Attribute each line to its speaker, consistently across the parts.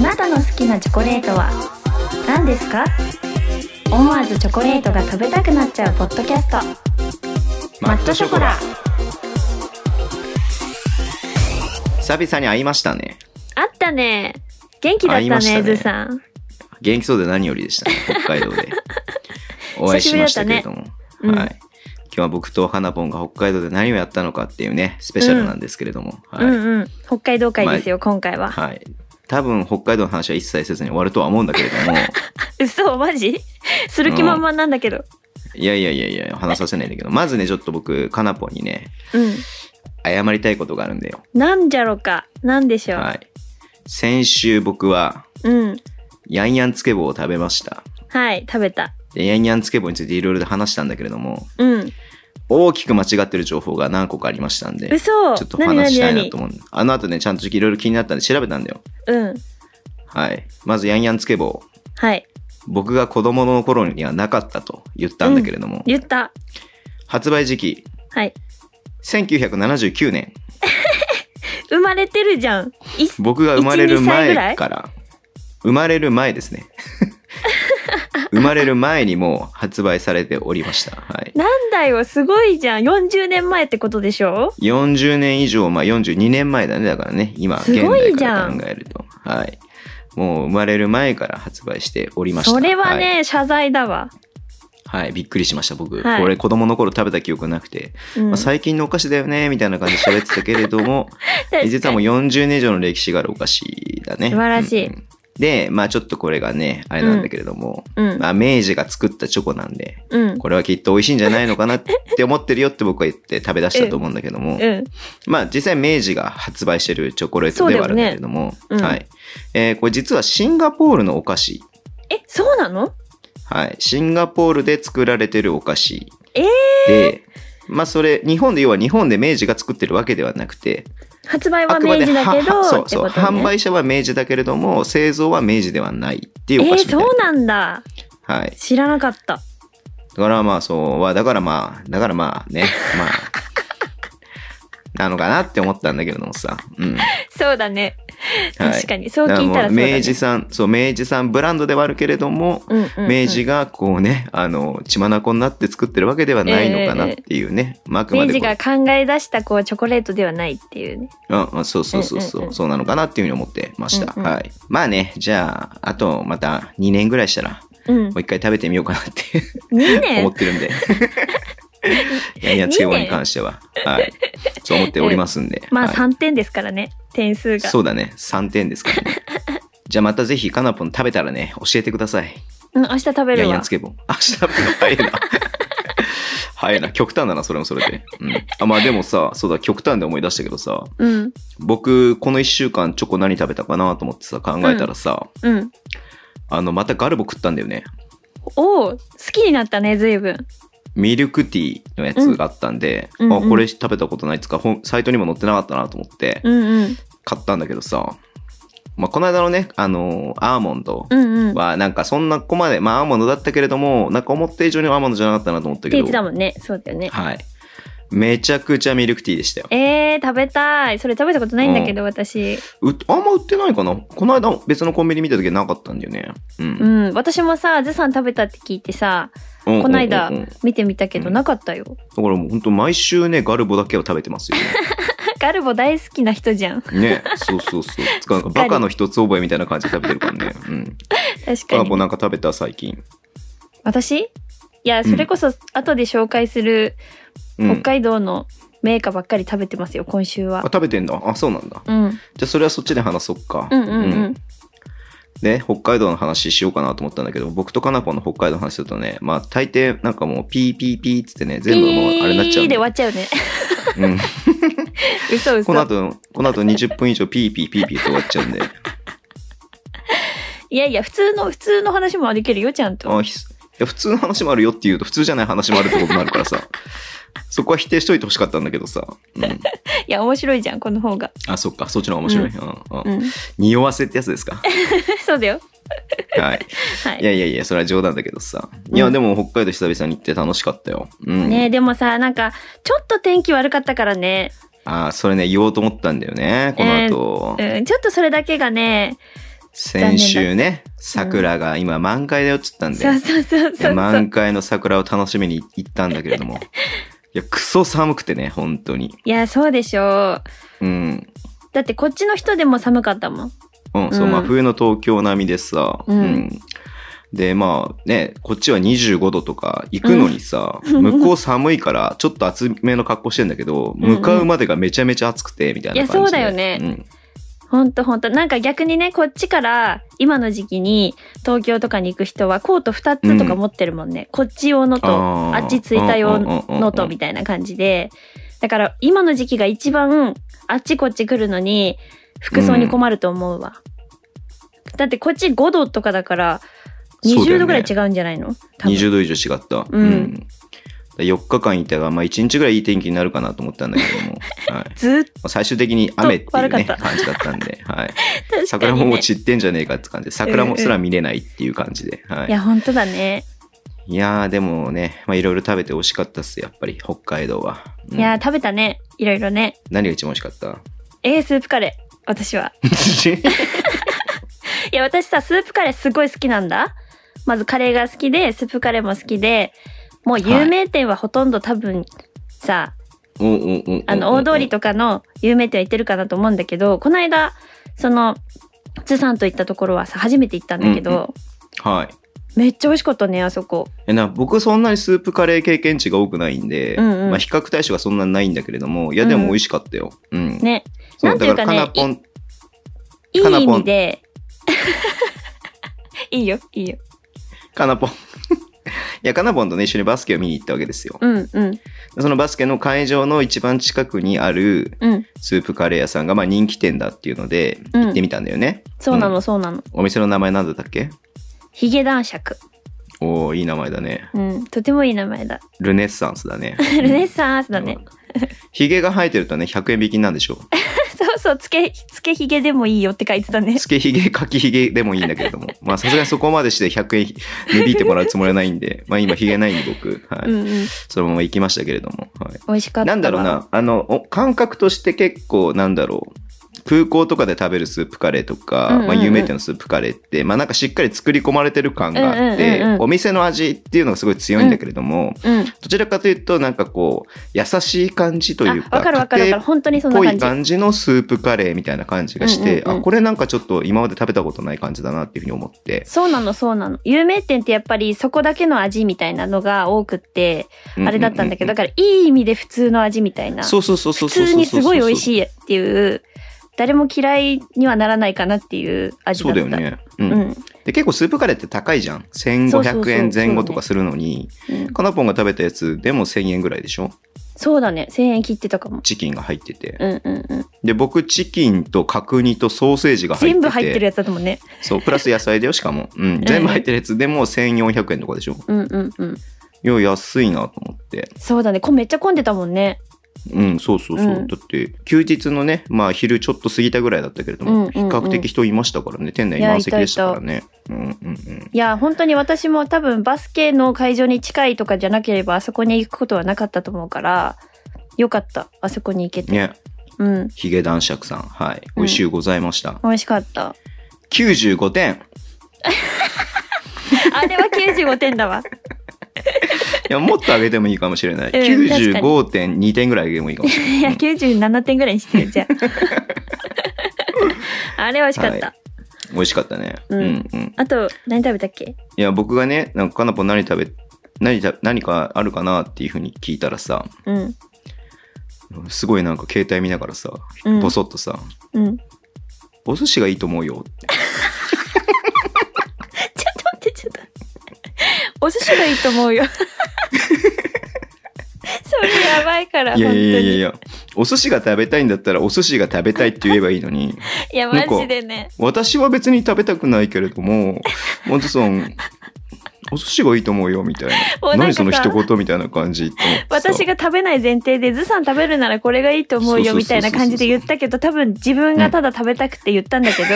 Speaker 1: なたの好きなチョコレートは何ですか思わずチョコレートが食べたくなっちゃうポッドキャストマットショコラ
Speaker 2: 久々に会いましたね
Speaker 1: あったね元気だ
Speaker 2: 会い
Speaker 1: っ
Speaker 2: ま
Speaker 1: た
Speaker 2: した
Speaker 1: ね
Speaker 2: ね
Speaker 1: ずさん
Speaker 2: 元気そうで何よりでしたね北海道 でお会いしましたけれども、
Speaker 1: 久しぶりだったねうん
Speaker 2: はい今日は僕と花ぽんが北海道で何をやったのかっていうねスペシャルなんですけれども、はい、
Speaker 1: うんうん北海道会ですよ、今回は、
Speaker 2: はい多分北海道の話は一切せずに終わるとは思うんだけれ ども
Speaker 1: 嘘マジする気満々なんだけど
Speaker 2: いやいやいやいや話させないんだけどまずねちょっと僕かなぽんにね
Speaker 1: うん
Speaker 2: 謝りたいことがあるんだよ
Speaker 1: なんじゃろかなんでしょう、
Speaker 2: はい先週僕は
Speaker 1: うん
Speaker 2: ヤンヤンつけ棒を食べました
Speaker 1: はい食べた
Speaker 2: でヤンヤンつけ棒についていろいろと話したんだけれども
Speaker 1: うん
Speaker 2: 大きく間違ってる情報が何個かありましたんで
Speaker 1: 嘘
Speaker 2: ちょっとお
Speaker 1: 何
Speaker 2: 話しし
Speaker 1: 何
Speaker 2: たいな
Speaker 1: 何
Speaker 2: と思うんであの後ね、ちゃんといろいろ気になったんで調べたんだよ。
Speaker 1: うん
Speaker 2: はい。まず、ヤンヤンつけ棒。
Speaker 1: はい
Speaker 2: 僕が子供の頃にはなかったと言ったんだけれども、
Speaker 1: 言った
Speaker 2: 発売時期、
Speaker 1: はい
Speaker 2: 1979年。
Speaker 1: 生まれてるじゃんいっ
Speaker 2: 僕が生まれる
Speaker 1: 1 2歳ぐら
Speaker 2: 前
Speaker 1: い
Speaker 2: から、生まれる前ですね。 生まれる前にもう発売されておりました。はい。
Speaker 1: なんだよすごいじゃん40年前ってことでしょ
Speaker 2: 40年以上、まあ42年前だね。だからね、今、
Speaker 1: す
Speaker 2: 現
Speaker 1: ごい
Speaker 2: 代
Speaker 1: じ
Speaker 2: か
Speaker 1: ゃ
Speaker 2: ら
Speaker 1: ん
Speaker 2: 考えると。はい。もう生まれる前から発売しておりました。
Speaker 1: それはね、
Speaker 2: い
Speaker 1: 謝罪だわ、
Speaker 2: はい、びっくりしました、僕。
Speaker 1: はい
Speaker 2: これ、子供の頃食べた記憶なくて、
Speaker 1: うん
Speaker 2: まあ、最近のお菓子だよね、みたいな感じで喋ってたけれど も、え実はもう40年以上の歴史があるお菓子だね。
Speaker 1: 素晴らしい
Speaker 2: うんうんで、まあちょっとこれがね、あれなんだけれども、
Speaker 1: うん
Speaker 2: まあ明治が作ったチョコなんで、
Speaker 1: うん
Speaker 2: これはきっと美味しいんじゃないのかなって思ってるよって僕は言って食べ出したと思うんだけど も、
Speaker 1: うん
Speaker 2: まあ実際明治が発売してるチョコレートではあるんだけれども、
Speaker 1: そうだよねうん
Speaker 2: はい。えーこれ実はシンガポールのお菓子。
Speaker 1: えそうなの
Speaker 2: はい。シンガポールで作られてるお菓子。
Speaker 1: え
Speaker 2: で、まあそれ、日本で、要は日本で明治が作ってるわけではなくて、
Speaker 1: 発売は
Speaker 2: あくま
Speaker 1: 明
Speaker 2: で
Speaker 1: 治だけ
Speaker 2: は
Speaker 1: ど
Speaker 2: はそう
Speaker 1: って
Speaker 2: そう、
Speaker 1: ことね
Speaker 2: 販売者は明治だけれども、製造は明治ではないってい
Speaker 1: え
Speaker 2: うお菓子
Speaker 1: ー、
Speaker 2: みたい
Speaker 1: そうなんだ
Speaker 2: はい。だ
Speaker 1: 知らなかった
Speaker 2: からまあそう、はだからまあ、だからまあね、 まあ、なのかなって思ったんだけれどもさ、うん。
Speaker 1: そうだね、
Speaker 2: はい
Speaker 1: 確かにそう聞いたらそうだ
Speaker 2: だからもう
Speaker 1: ね
Speaker 2: 明治さん、そう、明治さんブランドではあるけれども、
Speaker 1: うんうんうん
Speaker 2: 明治がこうね、あの、血眼になって作ってるわけではないのかなっていうね、まああくま
Speaker 1: 明
Speaker 2: で
Speaker 1: 治
Speaker 2: こう
Speaker 1: が考え出したこうチョコレートではないっていうね
Speaker 2: うんうん、そうそうそう
Speaker 1: うん
Speaker 2: そううん
Speaker 1: う、ん
Speaker 2: そうなのかなっていうふうに思ってました。
Speaker 1: うんうん
Speaker 2: はい。まあね、じゃあ、あとまた2年ぐらいしたら、
Speaker 1: うん
Speaker 2: もう一回食べてみようかなって
Speaker 1: 2
Speaker 2: 思っ
Speaker 1: 年
Speaker 2: て るんで。いやいや、つけ棒に関しては。はい。そう思っておりますんで。
Speaker 1: まあ
Speaker 2: はい
Speaker 1: 3点ですからね点数が
Speaker 2: そうだね。3点ですからね。じゃあまたぜひ、かなぽん食べたらね、教えてください。
Speaker 1: うん、明日食べ
Speaker 2: いや
Speaker 1: る
Speaker 2: いや、
Speaker 1: わ
Speaker 2: つけ棒。 明日食べるの早いな。早いな。極端だな、それもそれで。うん。あ、まあでもさ、そうだ、極端で思い出したけどさ、
Speaker 1: うん
Speaker 2: 僕、この1週間チョコ何食べたかなと思ってさ、考えたらさ、
Speaker 1: うん
Speaker 2: あの、またガルボ食ったんだよね。
Speaker 1: おお好きになったね随分
Speaker 2: ミルクティーのやつがあったんで、
Speaker 1: うんうんうん
Speaker 2: あ、これ食べたことないっつうか、ほんサイトにも載ってなかったなと思って
Speaker 1: うんうん
Speaker 2: 買ったんだけどさ、まあ、この間のね、あのーアーモンド
Speaker 1: うんうん
Speaker 2: はなんかそんなここまで、まあアーモンドだったけれども、なんか思った以上にアーモンドじゃなかったなと思ったけ
Speaker 1: っ
Speaker 2: ど
Speaker 1: て言っ、てたもんねそうだよね
Speaker 2: はい。めちゃくちゃミルクティーでしたよ。
Speaker 1: えー、食べたいそれ食べたことないんだけど、私
Speaker 2: うあんま売ってないかなこの間別のコンビニ見た時はなかったんだよね。う。
Speaker 1: うんん私もさずさん食べたって聞いてさ
Speaker 2: うんうんうんうん
Speaker 1: こないだ見てみたけど、
Speaker 2: うん
Speaker 1: なかったよ
Speaker 2: だからもう本当毎週ね、ガルボだけを食べてますよね。
Speaker 1: ガルボ大好きな人じゃん
Speaker 2: ね、そうそう そう。つかなんかバカの一つ覚えみたいな感じで食べてるからね。うん。
Speaker 1: 確
Speaker 2: か
Speaker 1: か
Speaker 2: な
Speaker 1: に
Speaker 2: ぽんなんか食べた最近。
Speaker 1: 私いや
Speaker 2: ん
Speaker 1: それこそ後で紹介する
Speaker 2: うん、
Speaker 1: 北海道の銘菓ばっかり食べてますよ今週
Speaker 2: あ
Speaker 1: は、
Speaker 2: 食べてんだ。あ、そうなんだ。
Speaker 1: うん、うん
Speaker 2: じゃあそれはそっちで話そうか。
Speaker 1: うんうん
Speaker 2: うんで、北海道の話しようかなと思ったんだけど、僕とかなぽんの北海道の話するとね、まあ大抵なんかもうピーピーピーっつってね、全部もうあれになっちゃう
Speaker 1: ピー
Speaker 2: んで
Speaker 1: で終わっちゃうね
Speaker 2: うん。
Speaker 1: 嘘嘘
Speaker 2: この後、この後20分以上ピーピーピーピーって終わっち ゃうんで。
Speaker 1: いやいや普通の普通の話もできるよちゃんと
Speaker 2: あひいや普通の話もあるよって言うと普通じゃない話もあるってことになる からさ。そこは否定しといてほしかったんだけどさ。うん。
Speaker 1: いや面白いじゃんこの方が
Speaker 2: あ、そっか。そっちの方が面白い。うんうん
Speaker 1: うん
Speaker 2: 匂わせってやつです か。
Speaker 1: そうだよ
Speaker 2: はい。
Speaker 1: はい
Speaker 2: いやいやいや、それは冗談だけどさ。
Speaker 1: ん
Speaker 2: いや、でも北海道久々に行って楽しかったよ。うん。
Speaker 1: ねえでもさなんかちょっと天気悪かったからね、
Speaker 2: ああ、それね、言おうと思ったんだよね、この後。
Speaker 1: うん、ちょっとそれだけがね
Speaker 2: 先週ね、桜が今満開だよっつったんで、
Speaker 1: そうそうそう
Speaker 2: いや
Speaker 1: そう。
Speaker 2: 満開の桜を楽しみに行ったんだけれ ども、いや、クソ寒くてね、本当に。
Speaker 1: いや、そうでしょう。
Speaker 2: うん。
Speaker 1: だってこっちの人でも寒かったもん。
Speaker 2: うん、そうう、
Speaker 1: ん
Speaker 2: 真冬の東京並みでさ、
Speaker 1: うん
Speaker 2: で、まあね、こっちは25度とか行くのにさ、向こう寒いから、ちょっと厚めの格好してんだけど、
Speaker 1: んうん
Speaker 2: 向かうまでがめちゃめちゃ暑くて、みたいな感じで。
Speaker 1: いやそうだよね
Speaker 2: うん。
Speaker 1: ほんとほんと。なんか逆にね、こっちから今の時期に東京とかに行く人はコート2つとか持ってるもんね。こっち用のと、
Speaker 2: あ
Speaker 1: あ
Speaker 2: ー
Speaker 1: っち着いた用の
Speaker 2: う
Speaker 1: と
Speaker 2: んうんうんうん
Speaker 1: みたいな感じで。だから今の時期が一番あっちこっち来るのに服装に困ると思うわ。だってこっち5度とかだから
Speaker 2: そうだよ
Speaker 1: 20
Speaker 2: ね
Speaker 1: 度ぐらい違うんじゃないの、多分
Speaker 2: 20度以上違った。
Speaker 1: うん
Speaker 2: だから4日間いたが、まあ1日ぐらいいい天気になるかなと思ったんだけど も、はい。ま
Speaker 1: ずーっと
Speaker 2: あ最終的に雨っていう
Speaker 1: 悪かっ
Speaker 2: ね、
Speaker 1: た
Speaker 2: 感じだったん で、はい。
Speaker 1: 確かに、ね。
Speaker 2: 桜ももう散ってんじゃねえかって感じで、桜
Speaker 1: うんう
Speaker 2: も
Speaker 1: ん
Speaker 2: すら見れないっていう感じで、はい
Speaker 1: いや、ほんとだね。
Speaker 2: いやーでもね、まあ、いろいろ食べて美味しかったっす、やっぱり、北海道は。うん
Speaker 1: いや、食べたね。いろいろね。
Speaker 2: 何が一番美味しかった
Speaker 1: えー、スープカレー。私は。いや、私さ、スープカレーすごい好きなんだ。まずカレーが好きで、スープカレーも好きで、もう有名店はほとんど多分、さ、
Speaker 2: うんうんうんうん
Speaker 1: あの、大通りとかの有名店は行ってるかなと思うんだけど、この間、その、つさんと行ったところはさ、初めて行ったんだけど、
Speaker 2: うんうはい。
Speaker 1: めっちゃ美味しかったね、あそこ。
Speaker 2: えな僕そんなにスープカレー経験値が多くないんで、
Speaker 1: うんうん
Speaker 2: まあ、比較対象がそんなにないんだけれども、いやでも美味しかったよ。うん。
Speaker 1: ね。
Speaker 2: そう
Speaker 1: なんていうかね
Speaker 2: だらカナポン、
Speaker 1: いい
Speaker 2: かなぽん
Speaker 1: 意味で、 いいよ、いいよ。
Speaker 2: カナポン。 いや、カナポンとね、一緒にバスケを見に行ったわけですよ。
Speaker 1: うん、うん、
Speaker 2: そのバスケの会場の一番近くにある
Speaker 1: うん。
Speaker 2: スープカレー屋さんが、まあ、人気店だっていうので、
Speaker 1: うん
Speaker 2: 行ってみたんだよね。
Speaker 1: そうなの、
Speaker 2: う
Speaker 1: そうなの。
Speaker 2: お店の名前なんだったっけ
Speaker 1: ヒゲ男爵。
Speaker 2: おおいい名前だね。
Speaker 1: うん、とてもいい名前だ。
Speaker 2: ルネッサンスだね。
Speaker 1: ルネッサンスだね。
Speaker 2: ひげが生えてるとね、100円引きなんでしょう。
Speaker 1: そうそう、つけ、つけひげでもいいよって書いてたね。
Speaker 2: つけひげ、かきひげでもいいんだけれど も。まあ、さすがにそこまでして100円 値引いてもらうつもりはないんで、まあ今ひげないんで僕、はい。
Speaker 1: うんうん。美
Speaker 2: そのまま行きましたけれども。はい。
Speaker 1: 味しかった
Speaker 2: な
Speaker 1: わ。
Speaker 2: んだろうな、あの、お感覚として結構、なんだろう。空港とかで食べるスープカレーとか、
Speaker 1: うんうんうん
Speaker 2: まあ、有名店のスープカレーって、まあ、なんかしっかり作り込まれてる感があって、
Speaker 1: うんうんうんうん
Speaker 2: お店の味っていうのがすごい強いんだけれども、
Speaker 1: うん。
Speaker 2: どちらかというと、なんかこう、優しい感じと
Speaker 1: あ、
Speaker 2: いうか、
Speaker 1: わかるわかるわ
Speaker 2: 家
Speaker 1: か
Speaker 2: 庭
Speaker 1: る。本当にそん
Speaker 2: ぽ
Speaker 1: ない感
Speaker 2: 感じのスープカレーみたいな感じがして、
Speaker 1: うんうんうん
Speaker 2: あ、これなんかちょっと今まで食べたことない感じだなっていうふうに思って
Speaker 1: じ。。そうなの、そうなの。有名店ってやっぱりそこだけの味みたいなのが多くって、あれだったんだけど、だ
Speaker 2: う
Speaker 1: からいい意味で普通の味みたいな。
Speaker 2: うそうそうそうそう
Speaker 1: 普
Speaker 2: そう。
Speaker 1: 通にすごい美味
Speaker 2: い
Speaker 1: しいっていう、誰も嫌いにはならないかなっていう味だ
Speaker 2: そう
Speaker 1: った。
Speaker 2: だよ。ね。う。
Speaker 1: うんん。うん
Speaker 2: で、結構スープカレーって高いじゃん。
Speaker 1: そうそうそう
Speaker 2: 1500円前後とかするのに、かなぽんが食べたやつでも1000円ぐらいでしょ
Speaker 1: そうだね。1000円切ってたかも。
Speaker 2: チキンが入ってて。
Speaker 1: うんうんうん。
Speaker 2: で、僕、チキンと角煮とソーセージが入ってて。
Speaker 1: 全部入ってるやつだと思うね。
Speaker 2: そう、プラス野菜だよ、しかも。うん。全部入ってるやつでも1400円とかでしょ
Speaker 1: うんうんう
Speaker 2: い
Speaker 1: ん。
Speaker 2: や、安いなと思って。
Speaker 1: そうだね。こめっちゃ混んでたもんね。
Speaker 2: うん、そうそうそう。
Speaker 1: うん
Speaker 2: だって、休日のね、まあ、昼ちょっと過ぎたぐらいだったけれど
Speaker 1: うんうん
Speaker 2: も、
Speaker 1: うん
Speaker 2: 比較的人いましたからね、店内
Speaker 1: いや
Speaker 2: 満席でしたからね。うんうんうん。
Speaker 1: いや、本当に私も多分バスケの会場に近いとかじゃなければ、あそこに行くことはなかったと思うから、よかった。あそこに行けて。
Speaker 2: ね、
Speaker 1: うん。
Speaker 2: ヒゲ男爵さん、はい。
Speaker 1: う
Speaker 2: 美
Speaker 1: ん
Speaker 2: 味しゅうございました。
Speaker 1: 美味しかった。
Speaker 2: 95点。
Speaker 1: あれは95点だわ。
Speaker 2: いや、もっと上げてもいいかもしれない。
Speaker 1: うん確かに
Speaker 2: 95.2点ぐらい上げてもいいかもしれない。
Speaker 1: い や、97点ぐらいにしてるじゃん。 あれは美味しかった。
Speaker 2: はい美味しかったね。
Speaker 1: う
Speaker 2: うんん、うん。
Speaker 1: あと、何食べたっけ
Speaker 2: いや、僕がね、なんか、かなぽん何食べ、何食べ、何かあるかなっていうふうに聞いたらさ、
Speaker 1: うん。
Speaker 2: すごいなんか携帯見ながらさ、
Speaker 1: うん
Speaker 2: ぼそっとさ、
Speaker 1: うん。 ちょっ
Speaker 2: お寿司がいいと思うよ
Speaker 1: と待って、ちょっと。お寿司がいいと 思うよ。それやばいから、
Speaker 2: い
Speaker 1: 本
Speaker 2: や
Speaker 1: 当に。
Speaker 2: いやいやいや、お寿司が食べたいんだったらお寿司が食べたいって言えばいいのに、
Speaker 1: いや、マジでね。
Speaker 2: 私は別に食べたくないけれども、 モントソン、お寿司がいいと思うよみたい
Speaker 1: もう
Speaker 2: な。
Speaker 1: な
Speaker 2: 何
Speaker 1: んかさ
Speaker 2: その一言みたいな感じって思ってさ
Speaker 1: 私が食べない前提で、ずさん食べるならこれがいいと思う
Speaker 2: そ
Speaker 1: よ
Speaker 2: うそうそうそう
Speaker 1: みたいな感じで言ったけど、多分自分がただ食べたくて言ったんだけど、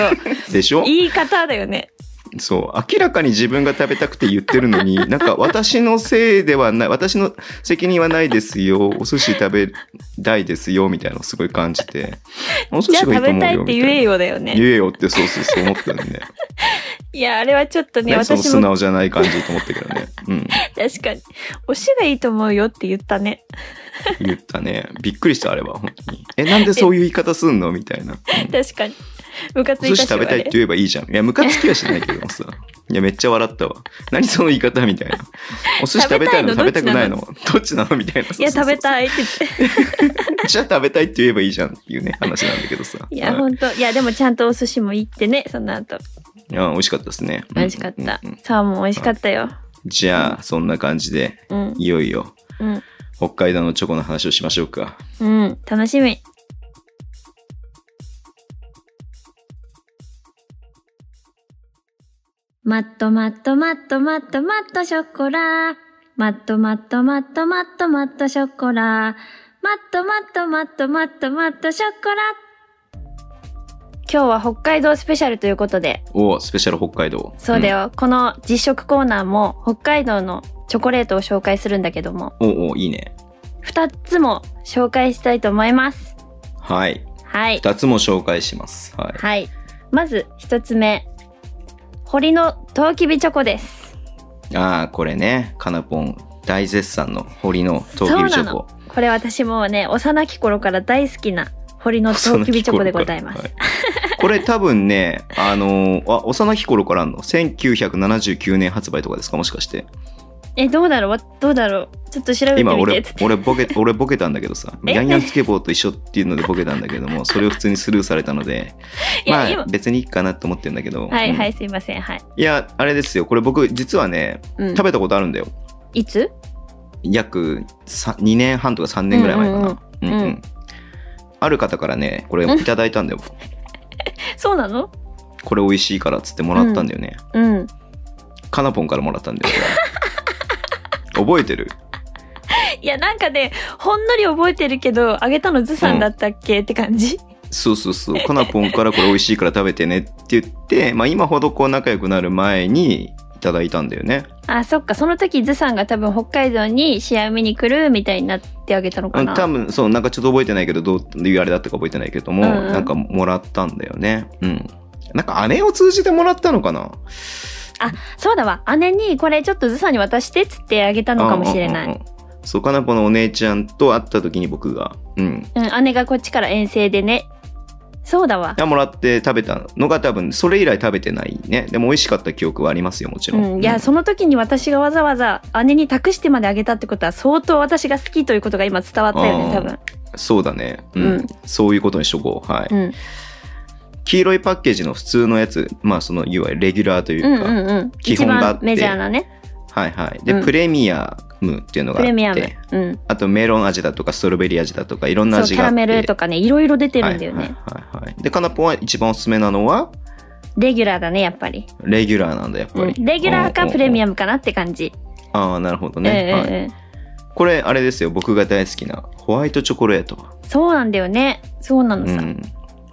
Speaker 2: でしょ
Speaker 1: 言い方だよね。
Speaker 2: そう。明らかに自分が食べたくて言ってるの に、なんか私のせいではない、私の責任はないですよ、お寿司食べたいですよみたいなのをすごい感じて、お寿
Speaker 1: じゃあ
Speaker 2: 司がいいと思うよ
Speaker 1: 食べたいって言え
Speaker 2: よ。
Speaker 1: よだよ
Speaker 2: 言
Speaker 1: ね。
Speaker 2: えよって、そうそうそう思 ったよね。
Speaker 1: いや、あれはちょっとね、
Speaker 2: ね、その
Speaker 1: 私
Speaker 2: 素
Speaker 1: も
Speaker 2: 直じゃない感じと思ったけどね。うん。
Speaker 1: 確かに、推しがいいと思うよって言ったね。
Speaker 2: 言ったね。びっくりした、あれは、本当に。え、なんでそういう言い方すんのみたいな。うん
Speaker 1: 確かに。ムカつ
Speaker 2: お
Speaker 1: い
Speaker 2: 寿
Speaker 1: たし
Speaker 2: 司食べたいって
Speaker 1: あれ
Speaker 2: 言えばいいじゃん。いや、ムカつきはしないけどもさ。 いや、めっちゃ笑ったわ。何その言い方みたいな。お寿司食べたいの
Speaker 1: 食
Speaker 2: 食
Speaker 1: べ
Speaker 2: べ
Speaker 1: た
Speaker 2: た
Speaker 1: いの
Speaker 2: くないのどっちなのみたいな。
Speaker 1: いや、食べ
Speaker 2: い。
Speaker 1: たいって言って。
Speaker 2: じゃあ食べたいって言えばいいじゃんっていうね、話なんだけどさ。
Speaker 1: い
Speaker 2: は
Speaker 1: や、ほんと。いや、でもちゃんとお寿司も行ってね、その後。
Speaker 2: いや美味しかったですね。
Speaker 1: 美味しかっ
Speaker 2: うん
Speaker 1: た
Speaker 2: うんうん。
Speaker 1: サーモン美味しかったよ。
Speaker 2: じゃあ、そんな感じで、
Speaker 1: うん。
Speaker 2: いよいよ、
Speaker 1: うん。
Speaker 2: 北海道のチョコの話をしましょうか。
Speaker 1: うん。楽しみ。マットマットマットマットマットショコラ。マットマットマットマットマットショコラ。マットマットマットマットマットショコラ。今日は北海道スペシャルということで、
Speaker 2: おスペシャル北海道。
Speaker 1: そうだよ、この実食コーナーも北海道のチョコレートを紹介するんだけども、
Speaker 2: うん。おうおういいね。
Speaker 1: 2つも紹介したいと思います。
Speaker 2: はい。
Speaker 1: はい。
Speaker 2: 二つも紹介します。はい。
Speaker 1: はい。まず一つ目。堀のとうきびチョコです。
Speaker 2: ああ、これね、かなぽん大絶賛の堀のとうきびチ
Speaker 1: そ
Speaker 2: ョ
Speaker 1: うなの
Speaker 2: コ。
Speaker 1: これ私もね、幼き頃から大好きな堀のとうきびチョコでございます。
Speaker 2: はいこれ多分ね、あのーあ、幼き頃からあんの ?1979 年発売とかですかもしかして。
Speaker 1: え、どうだろうわどうだろうちょっと調べて
Speaker 2: 今
Speaker 1: み
Speaker 2: 俺
Speaker 1: て。、
Speaker 2: 俺ボケ、俺ボケたんだけどさ、
Speaker 1: え
Speaker 2: ヤンヤンスケボーと一緒っていうのでボケたんだけども、 それを普通にスルーされたので、
Speaker 1: いや
Speaker 2: ま
Speaker 1: 今
Speaker 2: あ別にいいかなと思ってるんだけど、
Speaker 1: はいはい、
Speaker 2: うん
Speaker 1: すいません。はい。
Speaker 2: いや、あれですよ、これ僕実はね、
Speaker 1: うん、
Speaker 2: 食べたことあるんだよ。
Speaker 1: いつ
Speaker 2: 約2年半とか3年ぐらい前かな。う
Speaker 1: んうん
Speaker 2: ん
Speaker 1: う
Speaker 2: うんんある方からね、これいただいたんだ よ。
Speaker 1: そうなの
Speaker 2: これ美味しいからっつってもらったんだよね。
Speaker 1: うん。
Speaker 2: カナポンからもらったんだよ。これ覚えてる
Speaker 1: いや、なんかね、ほんのり覚えてるけど、あげたのずさんだったっけ、って感じ。
Speaker 2: そうそうそう。カナポンからこれ美味しいから食べてねって言って、まあ今ほどこう仲良くなる前にいただいたんだよね。
Speaker 1: あ、そっか。その時ずさんが多分北海道に試合見に来るみたいになってあげたの
Speaker 2: う
Speaker 1: か
Speaker 2: ん
Speaker 1: な。
Speaker 2: 多分そう、なんかちょっと覚えてないけど、どういうあれだったか覚えてないけども、
Speaker 1: うんうん
Speaker 2: なんかもらったんだよね。うん。なんか姉を通じてもらったのかな
Speaker 1: そうだわ。姉にこれちょっとずさんに渡してっつってあげたのかもしれな
Speaker 2: うんうん
Speaker 1: い。
Speaker 2: うんうんそうかなこのお姉ちゃんと会った時に僕が、うん。
Speaker 1: うん、姉がこっちから遠征でね。そうだわ。
Speaker 2: もらって食べたのが多分、それ以来食べてないね。でも美味しかった記憶はありますよ、もち
Speaker 1: う
Speaker 2: ろん。
Speaker 1: ん、いや、その時に私がわざわざ姉に託してまであげたってことは相当私が好きということが今伝わったよ
Speaker 2: う
Speaker 1: ね、
Speaker 2: ん
Speaker 1: 多分。
Speaker 2: そうだね、うん。
Speaker 1: うん
Speaker 2: そういうことにしとこう。はい。
Speaker 1: うん。
Speaker 2: 黄色いパッケージの普通のやつ、まあ、その、いわゆるレギュラーという
Speaker 1: うん
Speaker 2: か、
Speaker 1: うんうん。
Speaker 2: 基本があって
Speaker 1: 一番メジャーなね。
Speaker 2: はいはい。で、
Speaker 1: うん
Speaker 2: プレミアムっていうのが
Speaker 1: プ
Speaker 2: あって、
Speaker 1: レミアム。うん。
Speaker 2: あとメロン味だとか、ストロベリー味だとか、いろんな
Speaker 1: そう、
Speaker 2: 味
Speaker 1: キャ
Speaker 2: があ
Speaker 1: ラ
Speaker 2: って。
Speaker 1: メルとかね、いろいろ出てるんだよね。
Speaker 2: はいはいはいはい。で、かなぽんは一番おすすめなのは、
Speaker 1: レギュラーだね、やっぱり。
Speaker 2: レギュラーなんだ、やっぱ
Speaker 1: うん
Speaker 2: り。
Speaker 1: レギュラーかプレミ
Speaker 2: ア
Speaker 1: アムかなって感じ。
Speaker 2: ム。ああ、なるほど
Speaker 1: うんうん
Speaker 2: ね、はい
Speaker 1: うん。
Speaker 2: これ、あれですよ、僕が大好きな、ホワイトチョコレート。
Speaker 1: そうなんだよね。そうなの
Speaker 2: う
Speaker 1: さ。
Speaker 2: ん。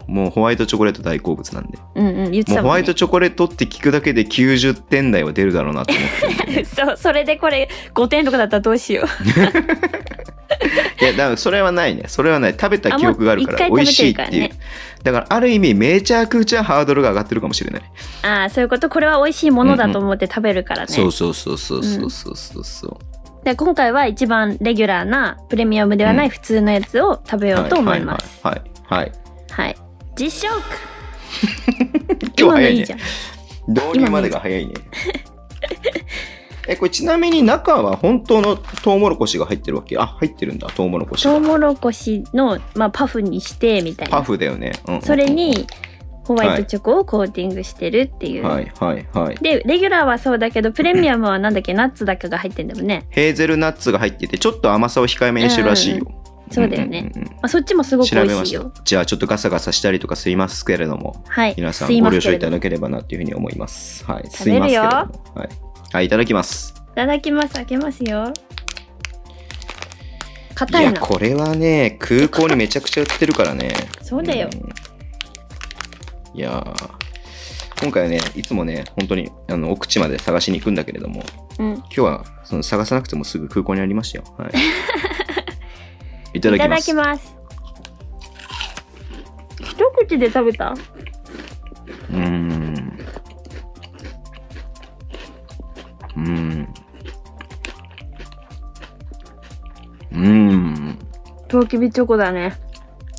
Speaker 2: もうホワイトチョコレート大好物なんで。
Speaker 1: うんうん、言って
Speaker 2: もう
Speaker 1: た
Speaker 2: ホ
Speaker 1: も
Speaker 2: ワ
Speaker 1: ん
Speaker 2: イト
Speaker 1: ね。
Speaker 2: チョコレートって聞くだけで90点台は出るだろうなと思ってるんでね
Speaker 1: そう、それでこれ5点とかだったらどうしよう。
Speaker 2: いや、だからそれはないね。それはない。食べた記憶があるか
Speaker 1: あ
Speaker 2: ら、
Speaker 1: もう
Speaker 2: 美
Speaker 1: 一回
Speaker 2: 味しいっ
Speaker 1: 食べ
Speaker 2: て
Speaker 1: て
Speaker 2: い
Speaker 1: る
Speaker 2: う
Speaker 1: か。
Speaker 2: だから、ある意味、めちゃくちゃハードルが上がってるかもしれない。
Speaker 1: ああ、そういうこと。これは美味しいものだと思って食べるからね。
Speaker 2: そうそうそうそうそうそうそうそう。
Speaker 1: で今回は一番レギュラーなプレミアムではな
Speaker 2: う
Speaker 1: い普通のやつを食べようと思います。
Speaker 2: はいはいはい。はい
Speaker 1: はい。実食
Speaker 2: 今日
Speaker 1: の
Speaker 2: 早い
Speaker 1: いい
Speaker 2: ね
Speaker 1: じゃん。
Speaker 2: 導入までが早いね。 え、これちなみに中は本当のトウモロコシが入ってるわけあ、入ってるんだ、トウモロコシが
Speaker 1: トウモロコシの、まあ、パフにしてみたい
Speaker 2: パ
Speaker 1: な。
Speaker 2: フだよね。うんうんうん
Speaker 1: それ、にホワイトチョコをコーティングしてるっていう。
Speaker 2: はいはいはい。
Speaker 1: で、レギュラーはそうだけど、プレミアムはなんだっけ、ナッツだけが入ってんだもんね。
Speaker 2: ヘーゼルナッツが入ってて、ちょっと甘さを控えめにしてるらしいよ。
Speaker 1: そうだよね
Speaker 2: んうんうんうん
Speaker 1: まあ、そっちもすごく
Speaker 2: 調
Speaker 1: 美
Speaker 2: べ
Speaker 1: 味
Speaker 2: ま
Speaker 1: しい
Speaker 2: し
Speaker 1: よ
Speaker 2: た。。じゃあちょっとガサガサしたりとかすいますけれども、
Speaker 1: はい。
Speaker 2: 皆さ
Speaker 1: す
Speaker 2: ん
Speaker 1: い
Speaker 2: ご
Speaker 1: ませ
Speaker 2: 了
Speaker 1: んけ
Speaker 2: 承
Speaker 1: れ
Speaker 2: い
Speaker 1: ど
Speaker 2: ただければなというふうに思います。はい。
Speaker 1: 食べ
Speaker 2: す
Speaker 1: るよ
Speaker 2: いますけれども。はい。はい、いただきます。
Speaker 1: いただきます。開けますよ。
Speaker 2: い
Speaker 1: 硬い
Speaker 2: や、
Speaker 1: な。
Speaker 2: これはね、空港にめちゃくちゃ売ってるからね。
Speaker 1: そうだよ。
Speaker 2: うんいやー今回はね、いつもね、本当にあの奥地まで探しに行くんだけれども、
Speaker 1: うん。
Speaker 2: 今日はその探さなくてもすぐ空港にありましたよ。はい。いただ
Speaker 1: い
Speaker 2: き
Speaker 1: た
Speaker 2: ま
Speaker 1: だ
Speaker 2: す
Speaker 1: き。ます。一一口で食べた
Speaker 2: うーん。うーん。うーん。
Speaker 1: とうきびチョコだね。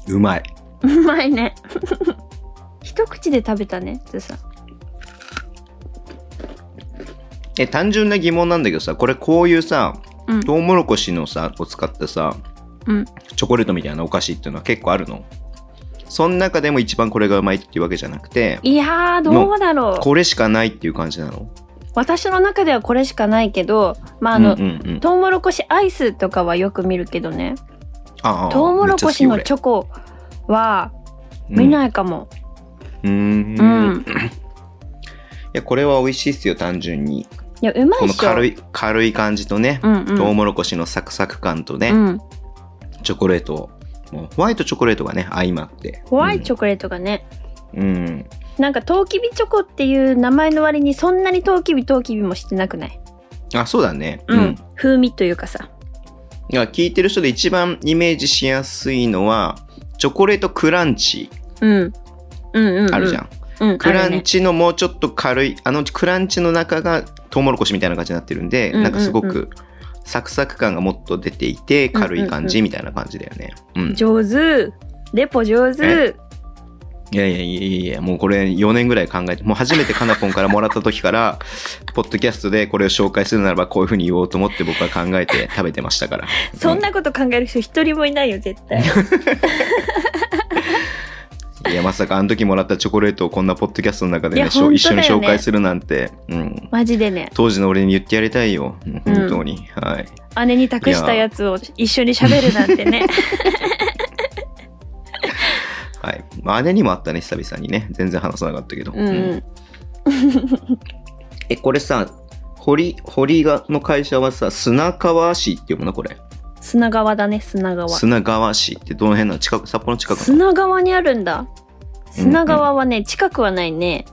Speaker 2: うまい。
Speaker 1: うまいね。 一口で食べたね、つーさん。
Speaker 2: え、単純な疑問なんだけどさ、これこういうさ、
Speaker 1: うん。
Speaker 2: トウモロコシのさ、を使ったさ、
Speaker 1: うん。
Speaker 2: チョコレートみたいなお菓子っていうのは結構あるのその中でも一番これがうまいっていうわけじゃなくて、
Speaker 1: いやー、どうだろう。
Speaker 2: これしかないっていう感じなの
Speaker 1: 私の中ではこれしかないけど、まあ、あの、
Speaker 2: うんうんうん、
Speaker 1: トウモロコシアイスとかはよく見るけどね。
Speaker 2: ああ
Speaker 1: トウモロコシの
Speaker 2: めっち
Speaker 1: チョコは
Speaker 2: ゃ好き俺
Speaker 1: 見ないかも。
Speaker 2: うんうーん
Speaker 1: うん。
Speaker 2: いやこれは美味しいっすよ単純に
Speaker 1: いや、うまい
Speaker 2: こ
Speaker 1: っ
Speaker 2: の
Speaker 1: しょ。
Speaker 2: 軽
Speaker 1: い。
Speaker 2: い軽い感じとね、
Speaker 1: うんうん。
Speaker 2: トウモロコシのサクサク感とね、
Speaker 1: うん。
Speaker 2: チョコレートもうホワイトチョコレートがね相まって
Speaker 1: ホワイトチョコレートがね、
Speaker 2: うん、うん
Speaker 1: なんかトウキビチョコっていう名前の割にそんなにトウキビトウキビもしてなくない
Speaker 2: あそうだね
Speaker 1: うん、風味というかさ
Speaker 2: いや聞いてる人で一番イメージしやすいのはチョコレートクランチ
Speaker 1: うんうんうん、うん、
Speaker 2: あるじゃん、
Speaker 1: ん、うん、
Speaker 2: クラ
Speaker 1: ある
Speaker 2: ン
Speaker 1: ね
Speaker 2: チのもうちょっと軽いあのクランチの中がトウモロコシみたいな感じになってるんで、
Speaker 1: うんうんうん
Speaker 2: なんかすごくサクサク感がもっと出ていて軽い感じみたいな感じだよね、うん
Speaker 1: 上手レポ上手
Speaker 2: いやいやいやいやもうこれ4年ぐらい考えてもう初めてカナポンからもらった時からポッドキャストでこれを紹介するならばこういうふうに言おうと思って僕は考えて食べてましたから
Speaker 1: そん、なこと考える人一人もいないよ絶 対
Speaker 2: うんいやまさかあの時もらったチョコレートをこんなポッドキャストの中で
Speaker 1: い
Speaker 2: ね
Speaker 1: や
Speaker 2: しょ
Speaker 1: 本
Speaker 2: 一緒
Speaker 1: 当だよ
Speaker 2: に紹
Speaker 1: ね
Speaker 2: 介するなんて、うん、
Speaker 1: マジでね
Speaker 2: 当時の俺に言ってやりたいようん本当に、はい
Speaker 1: 姉に託したやつを一緒に喋るなんて ね
Speaker 2: はい。まあ、姉にもあったね、久々にね。全然話さなかったけど。
Speaker 1: うん、
Speaker 2: うんえ、これさ、堀、堀が、の会社はさ、砂川市って読むのこれ。
Speaker 1: 砂川だね砂川
Speaker 2: 砂川市ってどの辺なの近く、札幌の近くな
Speaker 1: 砂川にあるんだ砂川はね近くはないね、